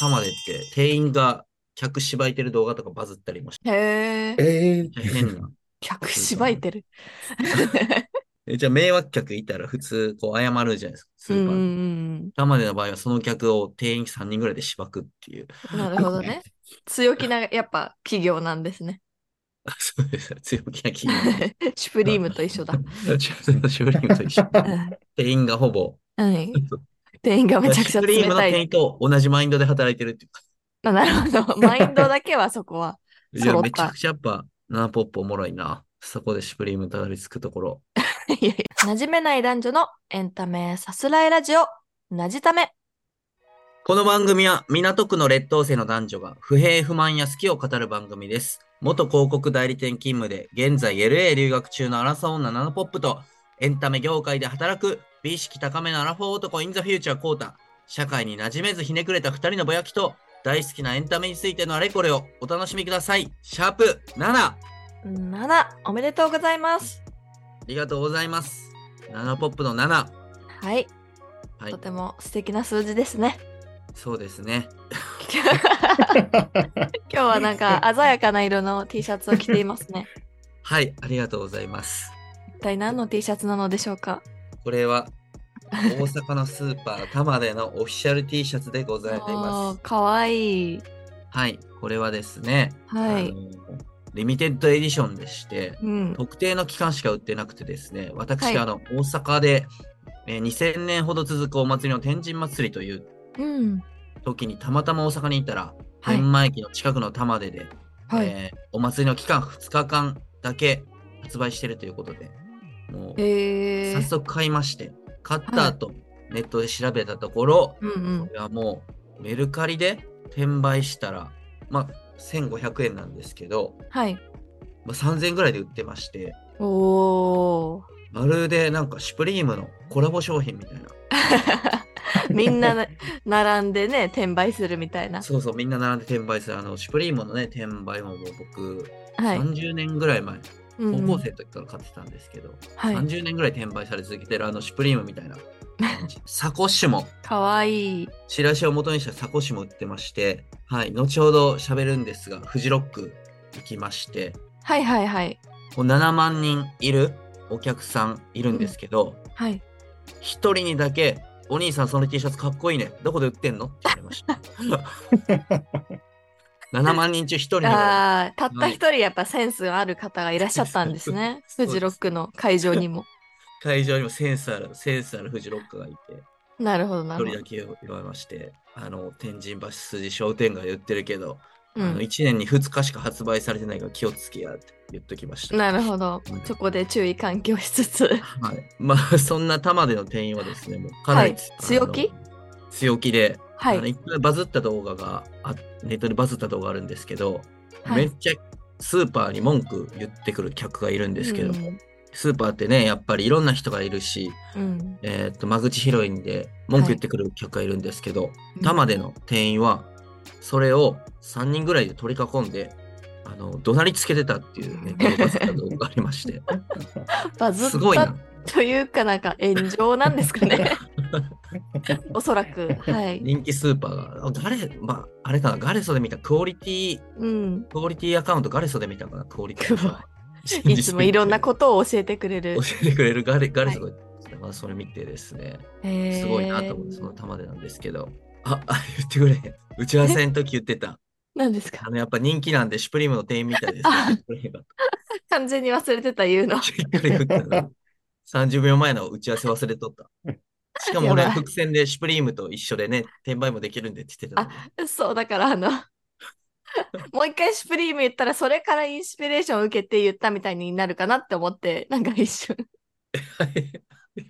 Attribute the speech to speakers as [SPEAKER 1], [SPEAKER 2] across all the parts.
[SPEAKER 1] 玉でって店員が客しばいてる動画とかバズったりもし
[SPEAKER 2] へえ。
[SPEAKER 3] ええ
[SPEAKER 1] て、変な。
[SPEAKER 2] 客しばいてる。
[SPEAKER 1] えじゃあ迷惑客いたら普通こう謝るじゃないですか、ス
[SPEAKER 2] う
[SPEAKER 1] ー
[SPEAKER 2] んう
[SPEAKER 1] パ
[SPEAKER 2] ん
[SPEAKER 1] ーで。 玉での場合はその客を店員3人ぐらいでしばくっていう。
[SPEAKER 2] うん。なるほどね。強気な、やっぱ企業なんで すね。
[SPEAKER 1] そうです。強気な企
[SPEAKER 2] シュプリームと一緒だ。
[SPEAKER 1] 業。シュプリームシュプリームと一 緒。
[SPEAKER 2] うん
[SPEAKER 1] 店員がほぼ、
[SPEAKER 2] はい。店員がめちゃくち
[SPEAKER 1] シュ
[SPEAKER 2] ゃ
[SPEAKER 1] プリー
[SPEAKER 2] 冷
[SPEAKER 1] ムの
[SPEAKER 2] た
[SPEAKER 1] 店
[SPEAKER 2] い。
[SPEAKER 1] 員と同じマインドで働いてるっていうか。
[SPEAKER 2] あなるほど。マインドだけはそこは。
[SPEAKER 1] いや、
[SPEAKER 2] 揃
[SPEAKER 1] め
[SPEAKER 2] った
[SPEAKER 1] ちゃくちゃやっぱ、ナナポップおもろいな。そこでシュプリームたどり着くところ。
[SPEAKER 2] いやいや馴染めない男女のエンタメさすらいラジオ、なじため。
[SPEAKER 1] この番組は港区の劣等生の男女が不平不満や好きを語る番組です。元広告代理店勤務で現在 LA 留学中のアラサー女ナナポップとエンタメ業界で働く美意識高めのアラフォー男インザフューチャーコータ。社会に馴染めずひねくれた二人のぼやきと大好きなエンタメについてのあれこれをお楽しみください。シャープ7あ
[SPEAKER 2] 7、おめでとうございます。
[SPEAKER 1] りがとうございます。ナナポップの7。は
[SPEAKER 2] はい、
[SPEAKER 1] い
[SPEAKER 2] と。ても素敵な数字ですね。
[SPEAKER 1] そうですね。
[SPEAKER 2] 今日はなんか鮮やかな色の T シャツを着ていますね。
[SPEAKER 1] はい。ありがとうございます。
[SPEAKER 2] 一体何の T シャツなのでしょうか
[SPEAKER 1] これは大阪のスーパー玉でのオフィシャル T シャツでございます。
[SPEAKER 2] かわいい。
[SPEAKER 1] はい、これはですね、
[SPEAKER 2] はい
[SPEAKER 1] あのリミテッドエディションでして、
[SPEAKER 2] うん。
[SPEAKER 1] 特定の期間しか売ってなくてですね、私、
[SPEAKER 2] はい
[SPEAKER 1] あの大阪で、えー2000年ほど続くお祭りの天神祭りという
[SPEAKER 2] うん。
[SPEAKER 1] 時にたまたま大阪に行ったら、
[SPEAKER 2] はい
[SPEAKER 1] 天満駅の近くの玉でで、
[SPEAKER 2] はい。
[SPEAKER 1] えーお祭りの期間2日間だけ発売してるということで、もう
[SPEAKER 2] え
[SPEAKER 1] 早速買いまして、買った後、ネットで調べたところ、
[SPEAKER 2] うんうん
[SPEAKER 1] こ。れはもうメルカリで転売したら、まあ、1500円なんですけど、
[SPEAKER 2] はい。
[SPEAKER 1] まあ、3000円ぐらいで売ってまして、
[SPEAKER 2] おー。
[SPEAKER 1] まるでなんかシュプリームのコラボ商品みたい
[SPEAKER 2] み んなな並んでね、転売するみたいな
[SPEAKER 1] な。。そうそう、みんな並んで転売する。あの、シュプリームのね、転売ももう僕、
[SPEAKER 2] はい。
[SPEAKER 1] 30年ぐらい前、
[SPEAKER 2] うんうん
[SPEAKER 1] 高校生の時から買ってたんですけど、
[SPEAKER 2] はい。
[SPEAKER 1] 30年ぐらい転売され続けてるあのシュプリームみたいな感じ。サコッシュも
[SPEAKER 2] かわいい。
[SPEAKER 1] チラシを元にしたサコッシュも売ってまして、はい、後ほど喋るんですが、フジロック行きまして、
[SPEAKER 2] はいはいはい。
[SPEAKER 1] こう7万人いるお客さんいるんですけど、
[SPEAKER 2] はい。
[SPEAKER 1] 一1人にだけ、お兄さんその T シャツかっこいいね。どこで売ってんのって言われました。7万人中1人の
[SPEAKER 2] あーたった一人やっぱセンスがある方がいらっしゃったんですね。
[SPEAKER 1] そうで
[SPEAKER 2] フ
[SPEAKER 1] す
[SPEAKER 2] ジロックの会場に も。
[SPEAKER 1] 会場にもセンスある、センスあるフジロックがいて、
[SPEAKER 2] なるほどな
[SPEAKER 1] 1
[SPEAKER 2] る
[SPEAKER 1] 人
[SPEAKER 2] ほ
[SPEAKER 1] だ
[SPEAKER 2] ど。
[SPEAKER 1] け言われまして、あの、天神橋筋商店街で売ってるけど、
[SPEAKER 2] う
[SPEAKER 1] あの
[SPEAKER 2] ん、
[SPEAKER 1] 1年に2日しか発売されてないから気をつけやって言っときました。
[SPEAKER 2] なるほど
[SPEAKER 1] うん。
[SPEAKER 2] そこで注意喚起をしつ つ。
[SPEAKER 1] はい、まあそんな玉での店員はですねもうかなり、
[SPEAKER 2] はい
[SPEAKER 1] あの
[SPEAKER 2] 強気
[SPEAKER 1] 強気で、
[SPEAKER 2] は
[SPEAKER 1] あの
[SPEAKER 2] い。
[SPEAKER 1] 一回バズった動画があネットでバズった動画あるんですけど、
[SPEAKER 2] は
[SPEAKER 1] め
[SPEAKER 2] い
[SPEAKER 1] っちゃスーパーに文句言ってくる客がいるんですけど、
[SPEAKER 2] うん
[SPEAKER 1] スーパーってねやっぱりいろんな人がいるし、
[SPEAKER 2] うん。
[SPEAKER 1] えー、と間口広いんで文句言ってくる客がいるんですけど、玉での店員はそれを3人ぐらいで取り囲んであの怒鳴りつけてたっていうネットでバズった動画がありま して
[SPEAKER 2] バズっ
[SPEAKER 1] すごい
[SPEAKER 2] た
[SPEAKER 1] な。
[SPEAKER 2] というかなんか炎上なんです かね。おそらく。はい。
[SPEAKER 1] 人気スーパーが、あガレ、まあ、あれかな、ガレソで見たクオリティ、
[SPEAKER 2] うん。
[SPEAKER 1] クオリティアカウントガレソで見たかな、クオリティアカウント。
[SPEAKER 2] いつもいろんなこととを教えてくれる
[SPEAKER 1] 教。えてくれるガレガレソが、まあ、それ見てですね、
[SPEAKER 2] へー
[SPEAKER 1] すごいなと思って、その玉でなんですけど、あ、あ言ってくれへん。打ち合わせの時言ってた。
[SPEAKER 2] 何ですか
[SPEAKER 1] あの、やっぱ人気なんで、シュプリームの店員みたいです、
[SPEAKER 2] あ
[SPEAKER 1] シュプリーム
[SPEAKER 2] 完全に忘れてた言う の
[SPEAKER 1] が。しっかり言ったな30秒前の打ち合わせ忘れとった。しかも俺
[SPEAKER 2] や
[SPEAKER 1] は
[SPEAKER 2] ばい
[SPEAKER 1] 伏線でシュプリームと一緒でね、転売もできるんでって言ってたのに。
[SPEAKER 2] そうだからあの もう一回シュプリーム言ったらそれからインスピレーションを受けて言ったみたいになるかなって思ってなんか一瞬
[SPEAKER 1] はい。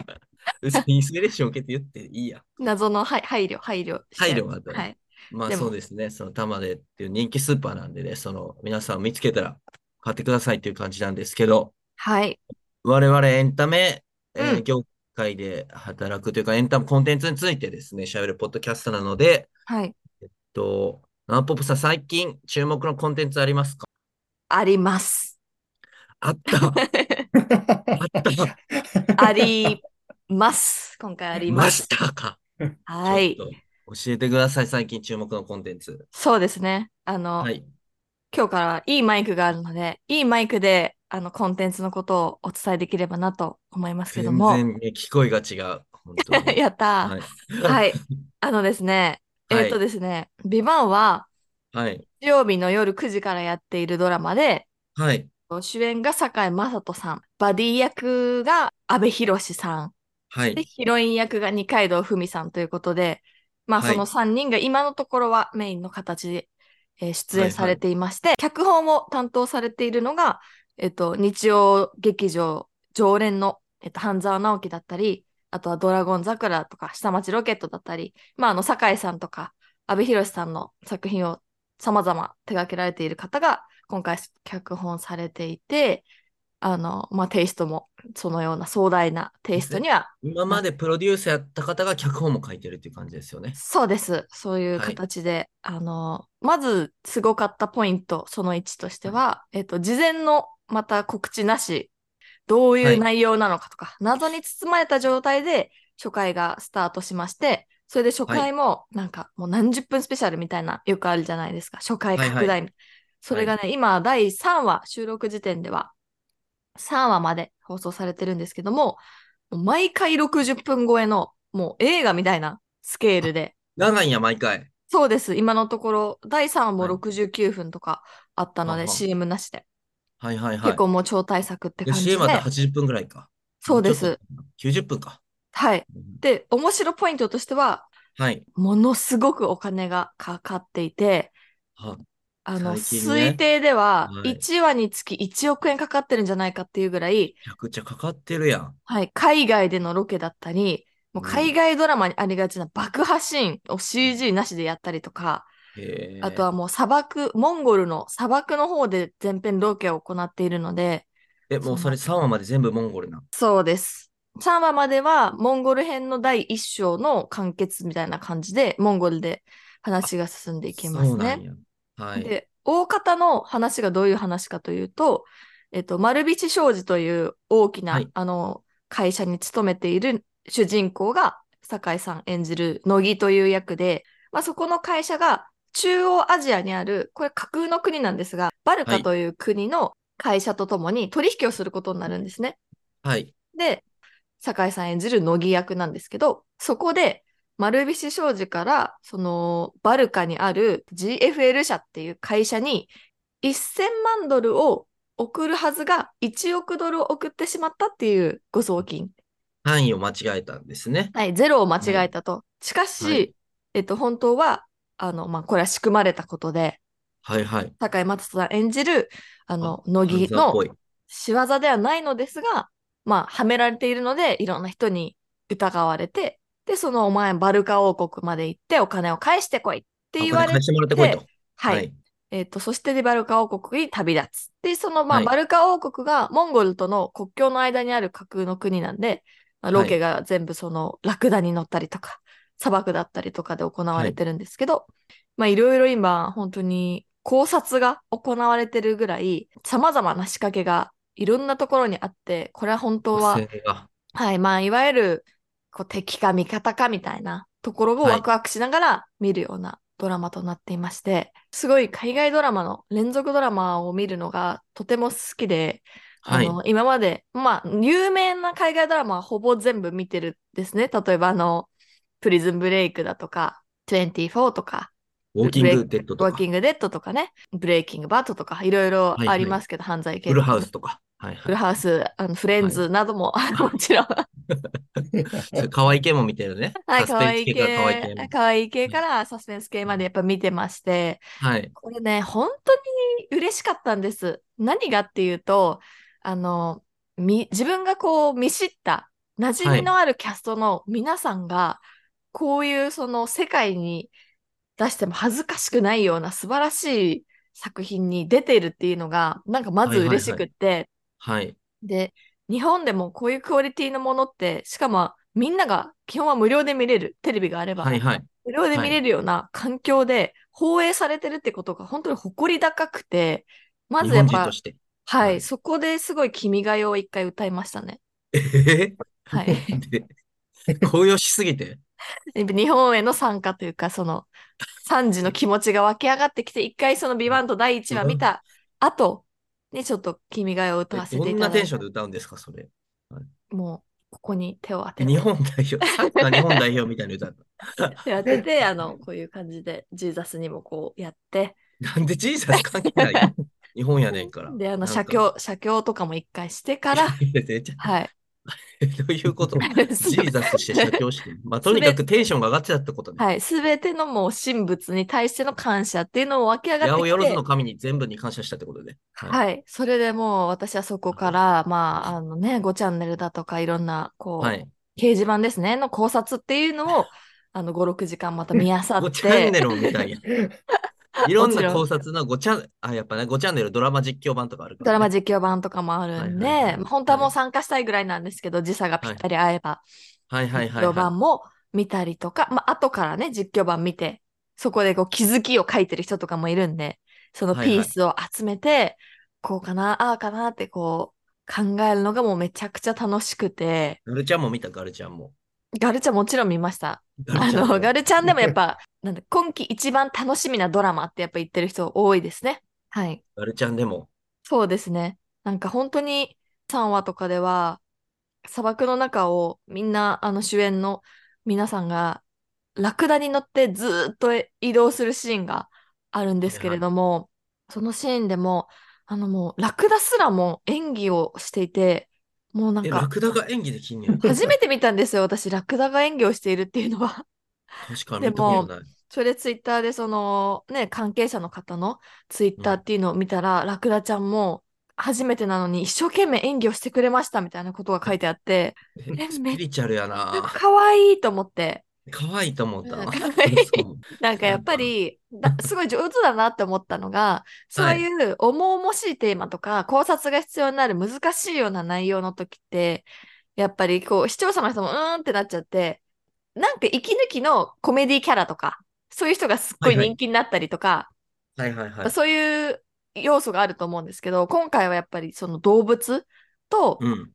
[SPEAKER 1] 別にインスピレーション受けて言っていいや。
[SPEAKER 2] 謎のはい配慮配慮して
[SPEAKER 1] 配慮があったね
[SPEAKER 2] はい
[SPEAKER 1] まあ
[SPEAKER 2] でも
[SPEAKER 1] そうですね、その玉でっていう人気スーパーなんでね、その皆さんを見つけたら買ってくださいっていう感じなんですけど、
[SPEAKER 2] はい
[SPEAKER 1] 我々エンタメ、えー
[SPEAKER 2] うん
[SPEAKER 1] 業界で働くというか、エンタメコンテンツについてですね、喋るポッドキャストなので、
[SPEAKER 2] はい
[SPEAKER 1] と、ナンポップさん、最近注目のコンテンツありますか
[SPEAKER 2] あります
[SPEAKER 1] あった あった
[SPEAKER 2] あります今回あり
[SPEAKER 1] ま
[SPEAKER 2] ま
[SPEAKER 1] し
[SPEAKER 2] す
[SPEAKER 1] たか
[SPEAKER 2] はい
[SPEAKER 1] ちょっと教えてください、最近注目のコンテンツ。
[SPEAKER 2] そうですね。あの、
[SPEAKER 1] はい。
[SPEAKER 2] 今日からいいマイクがあるので、いいマイクで、あの、コンテンツのことをお伝えできればなと思いますけ
[SPEAKER 1] 全
[SPEAKER 2] ど
[SPEAKER 1] 然
[SPEAKER 2] も。
[SPEAKER 1] ね、聞こえが違う。本当に。
[SPEAKER 2] やったー。
[SPEAKER 1] はい。
[SPEAKER 2] はい。あのですね、えっ、
[SPEAKER 1] はい
[SPEAKER 2] とですね、ビバンは
[SPEAKER 1] はい。
[SPEAKER 2] 日曜日の夜9時からやっているドラマで、
[SPEAKER 1] はい。
[SPEAKER 2] 主演が堺雅人さん、バディ役が阿部寛さん、
[SPEAKER 1] は
[SPEAKER 2] で、
[SPEAKER 1] い。
[SPEAKER 2] ヒロイン役が二階堂ふみさんということで、まあ
[SPEAKER 1] はい
[SPEAKER 2] その3人が今のところはメインの形で、えー出演されていまして、脚本を担当されているのが、えっと、日曜劇場常連の、えっと、半沢直樹だったり、あとはドラゴン桜とか下町ロケットだったり、まああの酒井さんとか阿部寛さんの作品を様々手掛けられている方が今回脚本されていて、あの、まあテイストもそのような壮大なテイストには
[SPEAKER 1] 今までプロデュースやった方が脚本も書いてるっていう感じですよね。
[SPEAKER 2] そうです。そういう
[SPEAKER 1] はい
[SPEAKER 2] 形で、あの、まずすごかったポイント、その1としては、えっと、事前のまた告知なし、どう
[SPEAKER 1] はいいう
[SPEAKER 2] 内容なのかとか、謎に包まれた状態で初回がスタートしまして、それで初回もなんかもう何十分スペシャルみたいな、よくあるじゃないですか。初回
[SPEAKER 1] はいはい
[SPEAKER 2] 拡大。それがね、今第3話、収録時点では3話まで放送されてるんですけども、もう毎回60分超えの、もう映画みたいなスケールで、
[SPEAKER 1] 長いんや、毎回。
[SPEAKER 2] そうです。今のところ、第3話も
[SPEAKER 1] はい
[SPEAKER 2] 69分とかあったの
[SPEAKER 1] は
[SPEAKER 2] で、
[SPEAKER 1] は
[SPEAKER 2] CM なしで。
[SPEAKER 1] はいはいはい。
[SPEAKER 2] 結構もう超大作って
[SPEAKER 1] で
[SPEAKER 2] 感じで。
[SPEAKER 1] CM だったら80分ぐらいか。
[SPEAKER 2] そうで
[SPEAKER 1] も
[SPEAKER 2] す。
[SPEAKER 1] ちょっと。90分か。
[SPEAKER 2] はい。で、面白ポイントとしては、
[SPEAKER 1] はい。
[SPEAKER 2] ものすごくお金がかかっていて、
[SPEAKER 1] は
[SPEAKER 2] あの、
[SPEAKER 1] 最近ね
[SPEAKER 2] 推定では
[SPEAKER 1] はい
[SPEAKER 2] 1話につき1億円かかってるんじゃないかっていうぐら
[SPEAKER 1] め
[SPEAKER 2] い、
[SPEAKER 1] ちゃくちゃかかってるやん。
[SPEAKER 2] はい、海外でのロケだったり、もう
[SPEAKER 1] うん
[SPEAKER 2] 海外ドラマにありがちな爆破シーンを CG なしでやったりとか、
[SPEAKER 1] へー
[SPEAKER 2] あとはもう砂漠、モンゴルの砂漠の方で全編ロケを行っているので、
[SPEAKER 1] え、もうそれ3話まで全部モンゴルな。
[SPEAKER 2] そうです。3話まではモンゴル編の第1章の完結みたいな感じで、モンゴルで話が進んでいきま
[SPEAKER 1] そ
[SPEAKER 2] す
[SPEAKER 1] うなん
[SPEAKER 2] ね。
[SPEAKER 1] や。はい。
[SPEAKER 2] で、大方の話がどういう話かというと、えっと、丸菱商事という大きな、
[SPEAKER 1] はい
[SPEAKER 2] あの、会社に勤めている主人公が、酒井さん演じる乃木という役で、まあ、そこの会社が中央アジアにある、これ架空の国なんですが、バル
[SPEAKER 1] は
[SPEAKER 2] カ
[SPEAKER 1] い
[SPEAKER 2] という国の会社とともに取引をすることになるんですね。
[SPEAKER 1] はい。
[SPEAKER 2] で、酒井さん演じる乃木役なんですけど、そこで、丸菱商事から、その、バルカにある GFL 社っていう会社に、1000万ドルを送るはずが、1億ドルを送ってしまったっていう誤送金。
[SPEAKER 1] 単位を間違えたんですね。
[SPEAKER 2] はい、ゼロを間違えたと。しかし、
[SPEAKER 1] はい
[SPEAKER 2] えっと、本当は、あの、まあ、これは仕組まれたことで、
[SPEAKER 1] はいはい。
[SPEAKER 2] 酒井雅人さん演じる、あの、
[SPEAKER 1] 半
[SPEAKER 2] 乃木
[SPEAKER 1] 沢っ
[SPEAKER 2] の
[SPEAKER 1] ぽい
[SPEAKER 2] 仕業ではないのですが、まあ、はめられているので、いろんな人に疑われて、で、そのお前、バルカ王国まで行ってお金を返してこいって言
[SPEAKER 1] お
[SPEAKER 2] わ
[SPEAKER 1] 金
[SPEAKER 2] れ
[SPEAKER 1] 返してもらってこいと。
[SPEAKER 2] はい。。えっ、と、そしてでバルカ王国に旅立つ。で、その、まあ、
[SPEAKER 1] はい
[SPEAKER 2] バルカ王国がモンゴルとの国境の間にある架空の国なんで、まあ、ロケが全部その、ラクダに乗ったりとか、砂漠だったりとかで行われてるんですけど、まあ、いろいろ今、本当に考察が行われてるぐらい、様々な仕掛けがいろんなところにあって、これは本当は
[SPEAKER 1] 補、正が
[SPEAKER 2] はい、まあ、いわゆる、こう、敵か味方かみたいなところを
[SPEAKER 1] はい
[SPEAKER 2] ワクワクしながら見るようなドラマとなっていまして、すごい海外ドラマの連続ドラマを見るのがとても好きで、あ
[SPEAKER 1] はい。
[SPEAKER 2] の、今まで、まあ、有名な海外ドラマはほぼ全部見てるんですね。例えば、あの、プリズンブレイクだとか、24とか、
[SPEAKER 1] ウォーキングデッドと
[SPEAKER 2] ワ
[SPEAKER 1] か
[SPEAKER 2] ー、キングデッドとかね、ブレイキングバットとか、いろいろありますけど、犯罪系
[SPEAKER 1] フルハ
[SPEAKER 2] とか
[SPEAKER 1] ウスとか。はい
[SPEAKER 2] フル
[SPEAKER 1] は
[SPEAKER 2] ハウス、あのフレンズなども、もちろん
[SPEAKER 1] い。それ可愛い系も見てるね。
[SPEAKER 2] はい、
[SPEAKER 1] サス
[SPEAKER 2] 可
[SPEAKER 1] ペン
[SPEAKER 2] 愛
[SPEAKER 1] ス
[SPEAKER 2] い系
[SPEAKER 1] 系から可愛い系も。
[SPEAKER 2] 可愛い系からサスペンス系までやっぱ見てまして、
[SPEAKER 1] はい。
[SPEAKER 2] これね、本当に嬉しかったんです。何がっていうと、あの、み自分がこう見知った、馴染みのあるキャストの皆さんが、こういうその世界に出しても恥ずかしくないような素晴らしい作品に出ているっていうのが、なんかまず嬉しくって、
[SPEAKER 1] はい。
[SPEAKER 2] で、日本でもこういうクオリティのものって、しかもみんなが基本は無料で見れる、テレビがあれば、
[SPEAKER 1] はいはい。
[SPEAKER 2] 無料で見れるような環境で放映されてるってことが本当に誇り高くて、ま
[SPEAKER 1] 日
[SPEAKER 2] ずやっ
[SPEAKER 1] 本人
[SPEAKER 2] ぱ
[SPEAKER 1] と、して。
[SPEAKER 2] は
[SPEAKER 1] はい
[SPEAKER 2] い、そこですごい君が 代を一回歌いましたね。
[SPEAKER 1] えへへ
[SPEAKER 2] はい。
[SPEAKER 1] で、高揚しすぎて。
[SPEAKER 2] 日本への参加というか、その、3時の気持ちが湧き上がってきて、一回そのビバンと第1話見た後、ね、ちょっと君が代を歌わせ
[SPEAKER 1] ど
[SPEAKER 2] てい
[SPEAKER 1] んな
[SPEAKER 2] ただ
[SPEAKER 1] テ
[SPEAKER 2] い
[SPEAKER 1] ンシ
[SPEAKER 2] て
[SPEAKER 1] ョン、で歌うんですか、それ。
[SPEAKER 2] もう、ここに手を当てて
[SPEAKER 1] 日本代表、 サッカー日本代表みたいな歌だっ
[SPEAKER 2] 手を当てて、あの、こういう感じで、ジーザスにもこうやって、
[SPEAKER 1] た。なんでジーザス関係ない よ日本やねんから。
[SPEAKER 2] で、
[SPEAKER 1] な
[SPEAKER 2] あの、
[SPEAKER 1] んか
[SPEAKER 2] 写経、写経とかも一回してから、
[SPEAKER 1] いやめちゃ
[SPEAKER 2] はい。
[SPEAKER 1] どういうことジ
[SPEAKER 2] す
[SPEAKER 1] ーザスして社長してる。まあ、とにかくテンションが上がってたってことね。
[SPEAKER 2] はい。すべてのもう神仏に対しての感謝っていうのを湧き上が
[SPEAKER 1] 八百
[SPEAKER 2] って
[SPEAKER 1] 万
[SPEAKER 2] きて
[SPEAKER 1] の、神に全部に感謝したってことね。い。
[SPEAKER 2] はい。それでもう私はそこから、まあ、あのね、5チャンネルだとかいろんな、こう、
[SPEAKER 1] はい。
[SPEAKER 2] 掲示板ですね、の考察っていうのを、あの、5、6時間ま た見あさ
[SPEAKER 1] 5
[SPEAKER 2] っ
[SPEAKER 1] チャンネ
[SPEAKER 2] て、
[SPEAKER 1] ルも見たい や。いろん
[SPEAKER 2] もち
[SPEAKER 1] な
[SPEAKER 2] ろん
[SPEAKER 1] 考察の5チャン、あ、やっぱね、5チャンネルドラマ実況版とかあるか
[SPEAKER 2] ドラ
[SPEAKER 1] らね、
[SPEAKER 2] マ実況版とかもあるんで、
[SPEAKER 1] はいはいはい
[SPEAKER 2] まあ本当はもう参加したいぐらいなんですけど、時差がぴったり合えば、
[SPEAKER 1] はいはい
[SPEAKER 2] 実
[SPEAKER 1] はい、
[SPEAKER 2] 況
[SPEAKER 1] は
[SPEAKER 2] 版も見たりとか、まあ、後からね、実況版見て、そこでこう気づきを書いてる人とかもいるんで、その
[SPEAKER 1] はいはい
[SPEAKER 2] ピースを集めて、こうかな、ああかなってこう、考えるのがもうめちゃくちゃ楽しくて、
[SPEAKER 1] い。ガルちゃんも見た、ガルちゃんも。
[SPEAKER 2] ガルちゃんもちろん見ました。
[SPEAKER 1] ガ
[SPEAKER 2] あ
[SPEAKER 1] ルちゃんも
[SPEAKER 2] の、ガルちゃんでもやっぱ、なんだ、今季一番楽しみなドラマってやっぱ言ってる人多いですね。はい。
[SPEAKER 1] ガルちゃんでも。
[SPEAKER 2] そうですね。なんか本当に3話とかでは砂漠の中をみんなあの主演の皆さんがラクダに乗ってずーっと移動するシーンがあるんですけれども、そのシーンでもあのもうラクダすらも演技をしていて、もうなん
[SPEAKER 1] え、
[SPEAKER 2] か
[SPEAKER 1] ラクダが演技できんねや。
[SPEAKER 2] 初めて見たんですよ、私ラクダが演技をしているっていうのは。
[SPEAKER 1] 確かに見たことない。
[SPEAKER 2] それでツイッターでそのね、関係者の方のツイッターっていうのを見たら、ラクダちゃんも初めてなのに一生懸命演技をしてくれましたみたいなことが書いてあって、
[SPEAKER 1] えスピリチュアルやな。
[SPEAKER 2] 可愛いと思って、
[SPEAKER 1] 可愛いと思った
[SPEAKER 2] うん
[SPEAKER 1] わ。
[SPEAKER 2] 可愛い
[SPEAKER 1] そう
[SPEAKER 2] なんかやっぱり、だすごい上手だなって思ったのが、そういう重々しいテーマとか考察が必要になる難しいような内容の時って、やっぱりこう視聴者の人もうーんってなっちゃって、なんか息抜きのコメディキャラとか、そういう人がすっごい
[SPEAKER 1] はいはい
[SPEAKER 2] 人気になったりとか、
[SPEAKER 1] はいはいはい。
[SPEAKER 2] そういう要素があると思うんですけど、今回はやっぱりその動物と、
[SPEAKER 1] うん。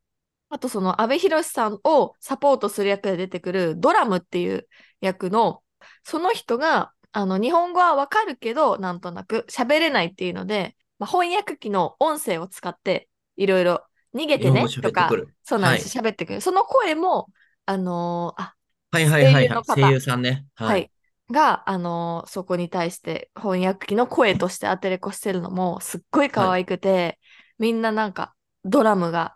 [SPEAKER 2] あとその阿部寛さんをサポートする役で出てくるドラムっていう役の、その人が、あの、日本語はわかるけど、なんとなく喋れないっていうので、まあ、翻訳機の音声を使って、いろいろ逃げて
[SPEAKER 1] 日本
[SPEAKER 2] ね
[SPEAKER 1] 語喋
[SPEAKER 2] と
[SPEAKER 1] って
[SPEAKER 2] か
[SPEAKER 1] く、る。
[SPEAKER 2] そうなんです、喋、ってくる。その声も、あのーあ、
[SPEAKER 1] はいはいはいはい。
[SPEAKER 2] 声優の方
[SPEAKER 1] 声優さんね。
[SPEAKER 2] はい。。が、あのーそこに対して翻訳機の声としてアテレコしてるのもすっごい可愛くて、みんななんかドラムが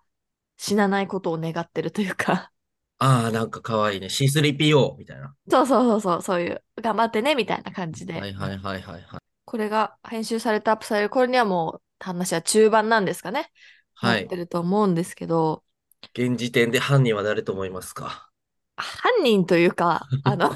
[SPEAKER 2] 死なないことを願ってるというか、
[SPEAKER 1] ああ、なんか可愛いね。C3PO みたいな。
[SPEAKER 2] そうそうそうそう、そういう、頑張ってねみたいな感じで、
[SPEAKER 1] はいはいはいはいはい。
[SPEAKER 2] これが編集されてアップされる頃にはもう話は中盤なんですかね、
[SPEAKER 1] は
[SPEAKER 2] なっ
[SPEAKER 1] い
[SPEAKER 2] て。ると思うんですけど、
[SPEAKER 1] 現時点で犯人は誰と思いますか
[SPEAKER 2] 犯人というか、あ の、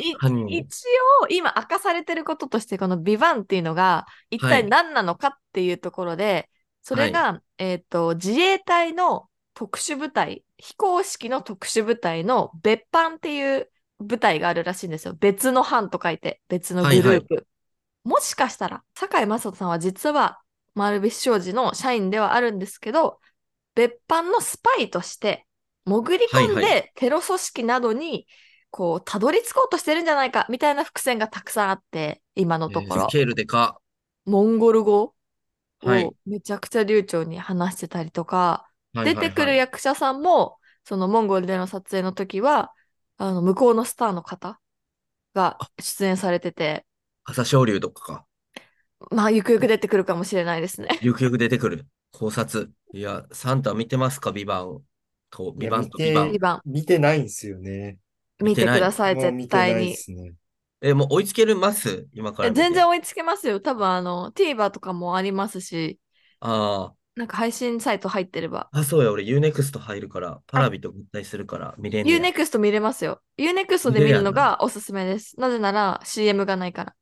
[SPEAKER 2] い
[SPEAKER 1] 犯人。
[SPEAKER 2] 一応今明かされてることとしてこの「ビバンっていうのが一体何なのかっていうところで、それが、えー、と自衛隊の特殊部隊非公式の特殊部隊の別班っていう部隊があるらしいんですよ別の班と書いて別のグループ、
[SPEAKER 1] はいはい
[SPEAKER 2] もしかしたら堺井雅人さんは実は丸菱商事の社員ではあるんですけど別班のスパイとして潜り込
[SPEAKER 1] は
[SPEAKER 2] ん
[SPEAKER 1] いは
[SPEAKER 2] でテロ組織などにこうたどり着こうとしてるんじゃないかみたいな伏線がたくさんあって今のとこ
[SPEAKER 1] えー
[SPEAKER 2] ろ
[SPEAKER 1] ス、ケールでか。
[SPEAKER 2] モンゴル語
[SPEAKER 1] はい
[SPEAKER 2] をめちゃくちゃ流暢に話してたりとか、
[SPEAKER 1] はい
[SPEAKER 2] 出
[SPEAKER 1] はい
[SPEAKER 2] てく
[SPEAKER 1] は
[SPEAKER 2] る
[SPEAKER 1] い
[SPEAKER 2] 役者さんもそのモンゴルでの撮影の時はあの向こうのスターの方が出演されてて
[SPEAKER 1] 朝青龍とかか。
[SPEAKER 2] まあゆくゆく出てくるかもしれないですね。
[SPEAKER 1] ゆくゆく出てくる。考察。いや、サンタ見てますかビバンと、ビバンと
[SPEAKER 3] いや
[SPEAKER 1] ビバン
[SPEAKER 3] 見て
[SPEAKER 2] 2。番
[SPEAKER 3] 見てないんですよね。
[SPEAKER 2] 見
[SPEAKER 1] 見
[SPEAKER 2] て
[SPEAKER 1] て
[SPEAKER 2] く
[SPEAKER 1] ない
[SPEAKER 2] ださい
[SPEAKER 3] もう見
[SPEAKER 2] 絶
[SPEAKER 3] てない
[SPEAKER 2] 対に
[SPEAKER 3] っ。すね。
[SPEAKER 1] え、もう追いつけるます今から
[SPEAKER 2] え
[SPEAKER 1] 見て。
[SPEAKER 2] 全然追いつけますよ。多分あの TVer とかもありますし、
[SPEAKER 1] あ
[SPEAKER 2] なんか配信サイト入ってれば。
[SPEAKER 1] あ。あ、そうや、俺 UNEXT 入るから、パラビと合体するから見れんねや
[SPEAKER 2] UNEXT 見れますよ。UNEXT で見るのがおすすめです。なぜなら CM がないから。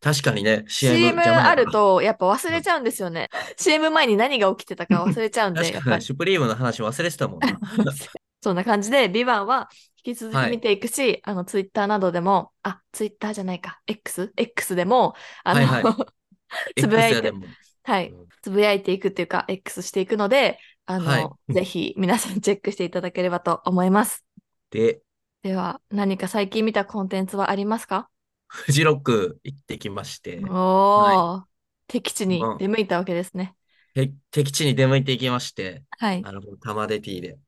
[SPEAKER 1] 確かにね、CM
[SPEAKER 2] CM
[SPEAKER 1] 邪魔やから
[SPEAKER 2] あるとやっぱ忘れちゃうんですよね。CM 前に何が起きてたか忘れちゃうんで、や
[SPEAKER 1] 確
[SPEAKER 2] っ
[SPEAKER 1] か
[SPEAKER 2] ぱ
[SPEAKER 1] に、シュプリームの話忘れてたもんな。
[SPEAKER 2] そんな感じで、ビバンは引き続
[SPEAKER 1] は
[SPEAKER 2] き
[SPEAKER 1] い
[SPEAKER 2] 見ていくし、あの、ツイッターなどでも、あ、ツイッターじゃないか、X?X でも、あの、
[SPEAKER 1] は
[SPEAKER 2] はいい、
[SPEAKER 1] はい
[SPEAKER 2] つぶやい
[SPEAKER 1] X やで
[SPEAKER 2] て、
[SPEAKER 1] も。
[SPEAKER 2] はい、つぶやいていくっていうか、X していくので、あの、
[SPEAKER 1] はい
[SPEAKER 2] ぜひ皆さんチェックしていただければと思います。
[SPEAKER 1] で、
[SPEAKER 2] では、何か最近見たコンテンツはありますか
[SPEAKER 1] フジロック行ってきまして、
[SPEAKER 2] おお、敵地に出向いたわけですね。
[SPEAKER 1] て敵地に出向いていきまして、
[SPEAKER 2] はい、
[SPEAKER 1] あの、玉出ティで。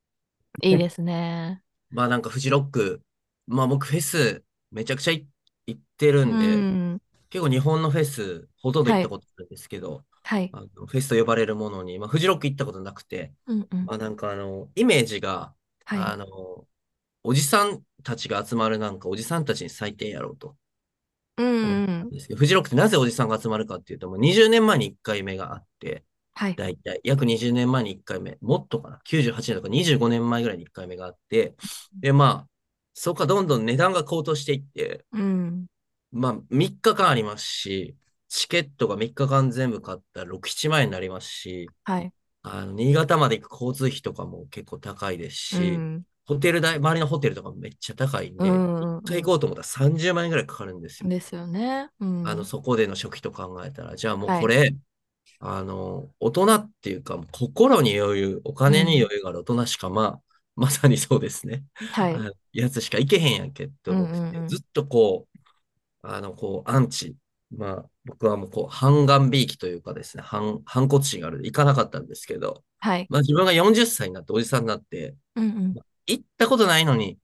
[SPEAKER 2] いいですね。
[SPEAKER 1] まあなんかフジロック、まあ僕フェスめちゃくちゃい行ってる
[SPEAKER 2] うん
[SPEAKER 1] で、
[SPEAKER 2] ん、
[SPEAKER 1] 結構日本のフェスほとんど行ったことないんですけど、
[SPEAKER 2] はい、
[SPEAKER 1] あのフェスと呼ばれるものに、まあ、フジロック行ったことなくて、
[SPEAKER 2] うんうん、
[SPEAKER 1] まあ、なんかあのイメージが、あ
[SPEAKER 2] は
[SPEAKER 1] のおじさんたちが集まるなんかおじさんたちに最低やろうと
[SPEAKER 2] い、うんうん、
[SPEAKER 1] ですけどフジロックってなぜおじさんが集まるかっていうともう20年前に1回目があって
[SPEAKER 2] はい、
[SPEAKER 1] だいたい約20年前に1回目もっとかな98年とか25年前ぐらいに1回目があってでまあそこからどんどん値段が高騰していって
[SPEAKER 2] うん、
[SPEAKER 1] まあ3日間ありますしチケットが3日間全部買ったら6、7万円になりますし、
[SPEAKER 2] はい、
[SPEAKER 1] あの、新潟まで行く交通費とかも結構高いです
[SPEAKER 2] う
[SPEAKER 1] し、
[SPEAKER 2] ん、
[SPEAKER 1] ホテル代、周りのホテルとかもめっちゃ高いんで、
[SPEAKER 2] うん
[SPEAKER 1] 一回行こうと思ったら30万円ぐらいかかるんですよ。
[SPEAKER 2] ですよね。うん、
[SPEAKER 1] あの、そこでの食費と考えたら、じゃあもう
[SPEAKER 2] はい
[SPEAKER 1] これ、あの、大人っていうか、もう心に余裕、お金に余裕がある大人しか、まあ、 まさにそうですね。
[SPEAKER 2] はい、
[SPEAKER 1] あのやつしか行けへんやんけって思ってて
[SPEAKER 2] うんうんうん
[SPEAKER 1] ずっとこう、あの、こう、アンチ。まあ、僕はもうこう、半眼びいきというかですね、反、反骨心があるんで行かなかったんですけど、
[SPEAKER 2] はい、
[SPEAKER 1] まあ、自分が40歳になっておじさんになって、
[SPEAKER 2] うんうん、
[SPEAKER 1] 行ったことないのに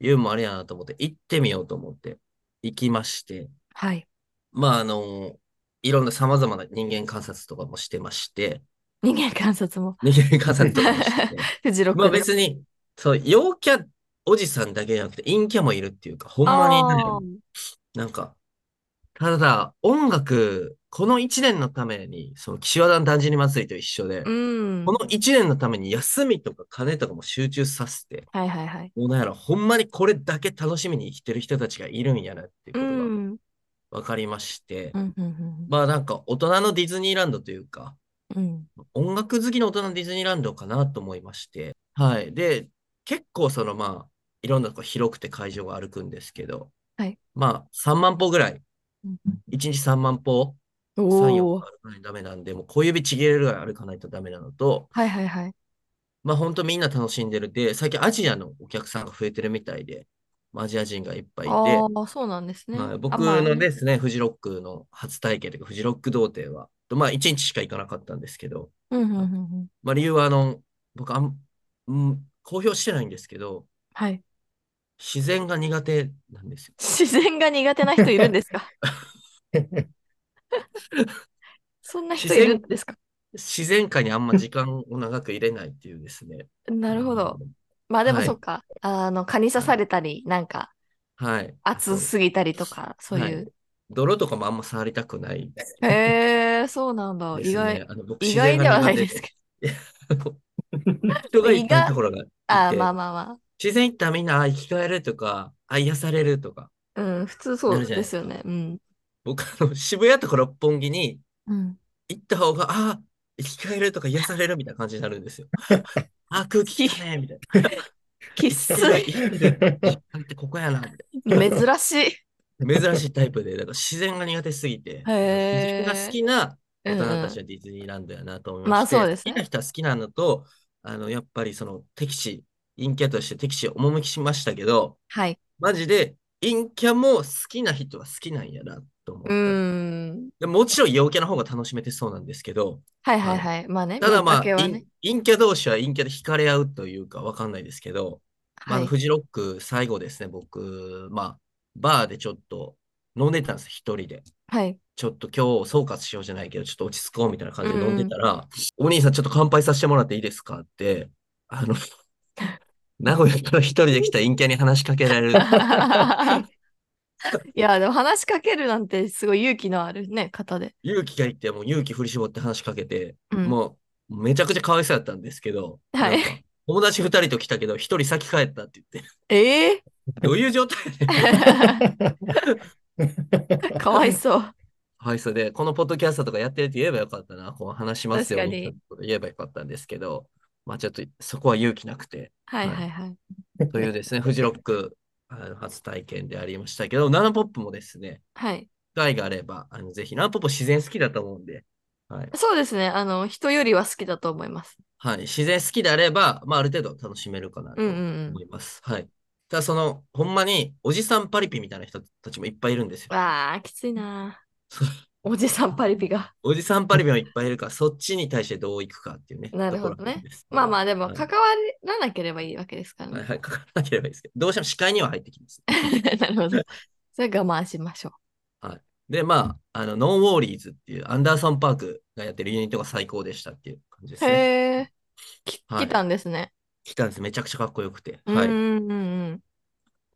[SPEAKER 1] 言うのもあれやなと思って、行ってみようと思って、行きまして、
[SPEAKER 2] はい。
[SPEAKER 1] まああの、いろんな様々な人間観察とかもしてまして、
[SPEAKER 2] 人間観察も、
[SPEAKER 1] 人間観察とかもして、
[SPEAKER 2] フジロック
[SPEAKER 1] まあ
[SPEAKER 2] で
[SPEAKER 1] 別に、そう、陽キャおじさんだけじゃなくて、陰キャもいるっていうか、ほんまにね、
[SPEAKER 2] あー
[SPEAKER 1] なんか、ただ、音楽、この1年のために、その岸和田のだんじり祭りと一緒で、
[SPEAKER 2] うん、
[SPEAKER 1] この1年のために休みとか金とかも集中させて、
[SPEAKER 2] はいはいはい。
[SPEAKER 1] もうなんやろ、ほんまにこれだけ楽しみに生きてる人たちがいるんやなっていうこ
[SPEAKER 2] うん、う
[SPEAKER 1] と
[SPEAKER 2] ん
[SPEAKER 1] が分かりまして、
[SPEAKER 2] うんうん
[SPEAKER 1] まあなんか大人のディズニーランドというか、
[SPEAKER 2] うん、
[SPEAKER 1] 音楽好きの大人のディズニーランドかなと思いまして、はい。で、結構そのまあ、いろんなこう広くて会場が歩くんですけど、
[SPEAKER 2] はい
[SPEAKER 1] まあ3万歩ぐらい、
[SPEAKER 2] うん、
[SPEAKER 1] 1日3万歩、3、
[SPEAKER 2] お
[SPEAKER 1] 4
[SPEAKER 2] お
[SPEAKER 1] 歩、歩かないとダメなんで、もう小指ちぎれるぐらい歩かないとダメなのと、
[SPEAKER 2] はいはいはい。
[SPEAKER 1] まあ本当みんな楽しんでるで、最近アジアのお客さんが増えてるみたいで、まあアジア人がいっぱいいて、
[SPEAKER 2] ああ、そうなんですね。
[SPEAKER 1] はい、
[SPEAKER 2] あ
[SPEAKER 1] 僕
[SPEAKER 2] まあ
[SPEAKER 1] のですね、フジロックの初体験というか、フジロック童貞は、まあ1日しか行かなかったんですけど、
[SPEAKER 2] うんうんうんうん、
[SPEAKER 1] まあ理由はあの、僕あん、うん、公表してないんですけど、
[SPEAKER 2] はい。
[SPEAKER 1] 自然が苦手なんですよ。
[SPEAKER 2] 自然が苦手な人いるんです かそんな人いるんですか
[SPEAKER 1] 自然界にあんま時間を長く入れないっていうですね。
[SPEAKER 2] なるほど。。まあでもそっか。あの、蚊に刺されたり、なんか、
[SPEAKER 1] はい。
[SPEAKER 2] 熱すぎたりとか、そういう。
[SPEAKER 1] 泥とかもあんま触りたくないです
[SPEAKER 2] へえ、そうなんだ。
[SPEAKER 1] ね。
[SPEAKER 2] 意外、
[SPEAKER 1] あの僕
[SPEAKER 2] 意
[SPEAKER 1] 自然
[SPEAKER 2] 外
[SPEAKER 1] が
[SPEAKER 2] ではない
[SPEAKER 1] 苦手
[SPEAKER 2] ですけど。
[SPEAKER 1] 人がいっぱいいるところがいて
[SPEAKER 2] ああ、まあまあま
[SPEAKER 1] 自然行ったらみんなあ生き返るとか、あ癒されるとか、
[SPEAKER 2] あ。うん、普通そ
[SPEAKER 1] な
[SPEAKER 2] う
[SPEAKER 1] るじゃない
[SPEAKER 2] で
[SPEAKER 1] ですすか
[SPEAKER 2] よね。うん。
[SPEAKER 1] 僕あの渋谷とか六本木に
[SPEAKER 2] うん。
[SPEAKER 1] 行った方が、あ生き返るとか癒されるみたいな感じになるん ですよ。あ空気きれいみたいな。
[SPEAKER 2] 生粋。
[SPEAKER 1] 生きてる生 きてるってここやな。
[SPEAKER 2] 珍し い。
[SPEAKER 1] 珍しいタイプで、だから自然が苦手すぎて、自然
[SPEAKER 2] へえ。
[SPEAKER 1] が好きな
[SPEAKER 2] う
[SPEAKER 1] 大
[SPEAKER 2] んうん
[SPEAKER 1] 人たちはディズニーランドやなと思い
[SPEAKER 2] まあ
[SPEAKER 1] して、
[SPEAKER 2] そうです
[SPEAKER 1] 好
[SPEAKER 2] ね
[SPEAKER 1] きな人は好きなのと、あのやっぱりその敵地、陰キャとして敵地を赴きしましたけど、
[SPEAKER 2] はい。
[SPEAKER 1] マジで、陰キャも好きな人は好きなんやなと思っ
[SPEAKER 2] う
[SPEAKER 1] た。
[SPEAKER 2] ーん。
[SPEAKER 1] でもちろん陽キャの方が楽しめてそうなんですけど、
[SPEAKER 2] はいはいはい。まあね。
[SPEAKER 1] ただまあ、
[SPEAKER 2] 見かけは
[SPEAKER 1] 陰
[SPEAKER 2] ね。
[SPEAKER 1] 陰キャ同士は陰キャで惹かれ合うというかわかんないですけど、まああ
[SPEAKER 2] は
[SPEAKER 1] の
[SPEAKER 2] い。
[SPEAKER 1] フジロック最後ですね、僕、まあ、バーでちょっと飲んでたんです、一人で。
[SPEAKER 2] はい。
[SPEAKER 1] ちょっと今日総括しようじゃないけど、ちょっと落ち着こうみたいな感じで飲んでたら、お兄さんちょっと乾杯させてもらっていいですかって、あの、 名古屋から一人で来た陰キャに話しかけられ る。
[SPEAKER 2] いや、でも話しかけるなんてすごい勇気のあるね、方で。
[SPEAKER 1] 勇気がいって、もう勇気振り絞って話しかけて、
[SPEAKER 2] うん
[SPEAKER 1] もうめちゃくちゃ可哀想だったんですけど、
[SPEAKER 2] はい
[SPEAKER 1] なんか友達二人と来たけど、一人先帰ったって 言って、
[SPEAKER 2] ええ
[SPEAKER 1] どういう状態で
[SPEAKER 2] かわいそう。
[SPEAKER 1] はい、それで、このポッドキャストとかやってるって言えばよかったな、こう話しますよ
[SPEAKER 2] 確か
[SPEAKER 1] み
[SPEAKER 2] に
[SPEAKER 1] たいなこと言えばよかったんですけど、まあちょっとそこは勇気なく て、
[SPEAKER 2] はいはいはい。
[SPEAKER 1] というですね、フジロックあの初体験でありましたけど、ナナポップもですね、
[SPEAKER 2] はい。
[SPEAKER 1] 機会があれば、あのぜひ、ナナポップ自然好きだと思うんで、はい、
[SPEAKER 2] そうですね。あの、人よりは好きだと思います。
[SPEAKER 1] はい、自然好きであれば、まあある程度楽しめるかなと
[SPEAKER 2] うんうんうん
[SPEAKER 1] 思います。はい。ただその、ほんまに、おじさんパリピみたいな人たちもいっぱいいるんですよ。
[SPEAKER 2] わ あ、きついな。おじさんパリピが。
[SPEAKER 1] おじさんパリピもいっぱいいるから、そっちに対してどういくかっていうね。
[SPEAKER 2] なるほどね
[SPEAKER 1] ところなんです
[SPEAKER 2] まあまあ、でも
[SPEAKER 1] はい
[SPEAKER 2] 関わらなければいいわけですから
[SPEAKER 1] はい、
[SPEAKER 2] ね。
[SPEAKER 1] はい、書かなければいいですけど、どうしても視界には入ってきます。
[SPEAKER 2] なるほど。それ我慢しましょ
[SPEAKER 1] で、まあ、あの、ノンウォーリーズっていう、アンダーソン・パークがやってるユニットが最高でしたっていう感じです
[SPEAKER 2] う。
[SPEAKER 1] ね。
[SPEAKER 2] へえ。き
[SPEAKER 1] はい
[SPEAKER 2] 来たんですね。
[SPEAKER 1] 来たんです。めちゃくちゃかっこよくて。
[SPEAKER 2] うん
[SPEAKER 1] はい。
[SPEAKER 2] うんうん。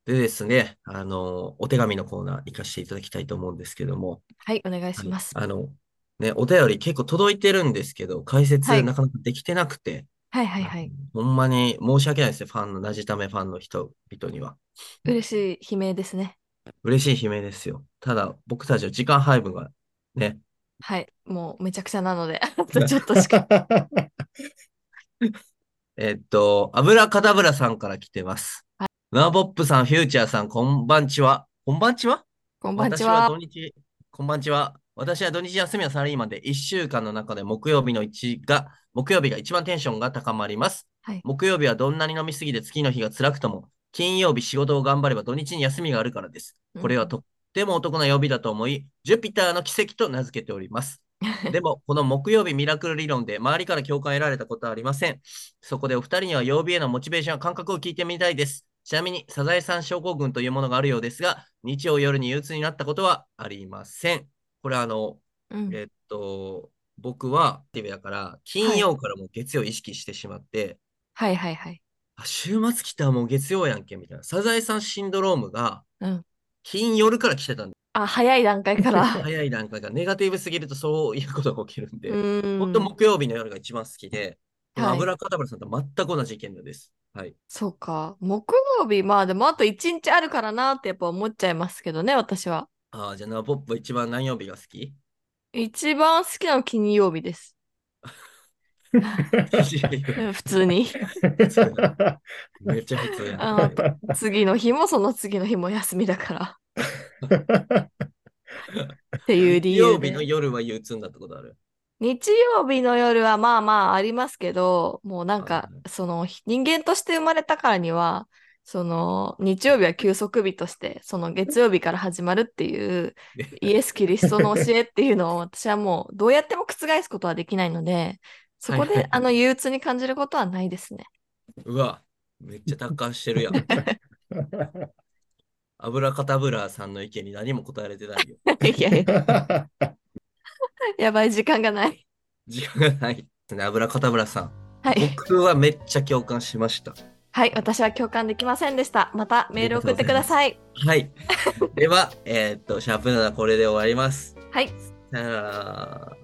[SPEAKER 1] でですね、あの、お手紙のコーナー行かせていただきたいと思うんですけども、
[SPEAKER 2] はい、お願いします。
[SPEAKER 1] あの、ね、お便り結構届いてるんですけど、解説
[SPEAKER 2] はい
[SPEAKER 1] なかなかできてなくて、
[SPEAKER 2] はいはいはい。
[SPEAKER 1] ほんまに申し訳ないですよ、ファンの、なじためファンの人々には。
[SPEAKER 2] 嬉しい悲鳴ですね。
[SPEAKER 1] 嬉しい悲鳴ですよ。ただ、僕たちは時間配分がね、
[SPEAKER 2] はい、もうめちゃくちゃなので、 あとちょっと しか。
[SPEAKER 1] えっと、油かたぶらさんから来てます。ナボップさん、フューチャーさん、こんばんちは。こんばんちは
[SPEAKER 2] こんばんち
[SPEAKER 1] 私は
[SPEAKER 2] は。
[SPEAKER 1] 土日、こんばんちは。私は土日休みはサラリーマンで1週間の中で木曜日の一が、木曜日が一番テンションが高まります。
[SPEAKER 2] はい
[SPEAKER 1] 木曜日はどんなに飲みすぎて次の日が辛くとも、金曜日仕事を頑張れば土日に休みがあるからです。これはとってもお得な曜日だと思い、ジュピターの奇跡と名付けております。 でも、この木曜日ミラクル理論で周りから共感を得られたことはありません。そこでお二人には曜日へのモチベーションや感覚を聞いてみたいです。ちなみに、サザエさん症候群というものがあるようですが、日曜夜に憂鬱になったことはありません。これはあの、
[SPEAKER 2] うん
[SPEAKER 1] えっと、僕はテレビだから、金曜からもう月曜意識してしまって、
[SPEAKER 2] はいはいはい。
[SPEAKER 1] あ週末来たらもう月曜やんけ、みたいな。サザエさんシンドロームが
[SPEAKER 2] うん、
[SPEAKER 1] 金夜から来てたんで、
[SPEAKER 2] あ、早い段 階から。
[SPEAKER 1] 早い段階がネガティブすぎるとそういうことが起きるんで、
[SPEAKER 2] うん
[SPEAKER 1] 本当。木曜日の夜が一番好きで、この
[SPEAKER 2] はい
[SPEAKER 1] 油かたぶらさんと全く同じ意見です。はい。
[SPEAKER 2] そうか。木曜日、まあでもあと一日あるからなってやっぱ思っちゃいますけどね、私は。
[SPEAKER 1] ああ、じゃあ、ナポップ一番何曜日が好 き
[SPEAKER 2] 一番好きなの金曜 日です。 うん普通に。
[SPEAKER 1] めっちゃ普通や
[SPEAKER 2] あ
[SPEAKER 1] な。
[SPEAKER 2] 次の日もその次の日も休みだから。っていう
[SPEAKER 1] 金
[SPEAKER 2] 理由
[SPEAKER 1] 曜日
[SPEAKER 2] で
[SPEAKER 1] の。夜は憂鬱になったことある。
[SPEAKER 2] 日曜日の夜はまあまあありますけど、もうなん
[SPEAKER 1] は
[SPEAKER 2] か
[SPEAKER 1] いは、
[SPEAKER 2] その人間として生まれたからには、その日曜日は休息日として、その月曜日から始まるっ ていうイエス・キリストの教えっていうのを私はもうどうやっても覆すことはできないので、そこ
[SPEAKER 1] はいはいは
[SPEAKER 2] で
[SPEAKER 1] い
[SPEAKER 2] あの憂鬱に感じることはないですね。
[SPEAKER 1] うわ、めっちゃ達観してるやん。 油かたぶらさんの意見に何も答えれてないよ。
[SPEAKER 2] いやいや、やばい時間がない。
[SPEAKER 1] 時間がないですね。油かたぶらさん。
[SPEAKER 2] はい。
[SPEAKER 1] 僕はめっちゃ共感しました。
[SPEAKER 2] はい、私は共感できませんでした。またメール送ってください。
[SPEAKER 1] はい。では、えーっと、シャープ7これで終わります。
[SPEAKER 2] はい。
[SPEAKER 1] さよなら。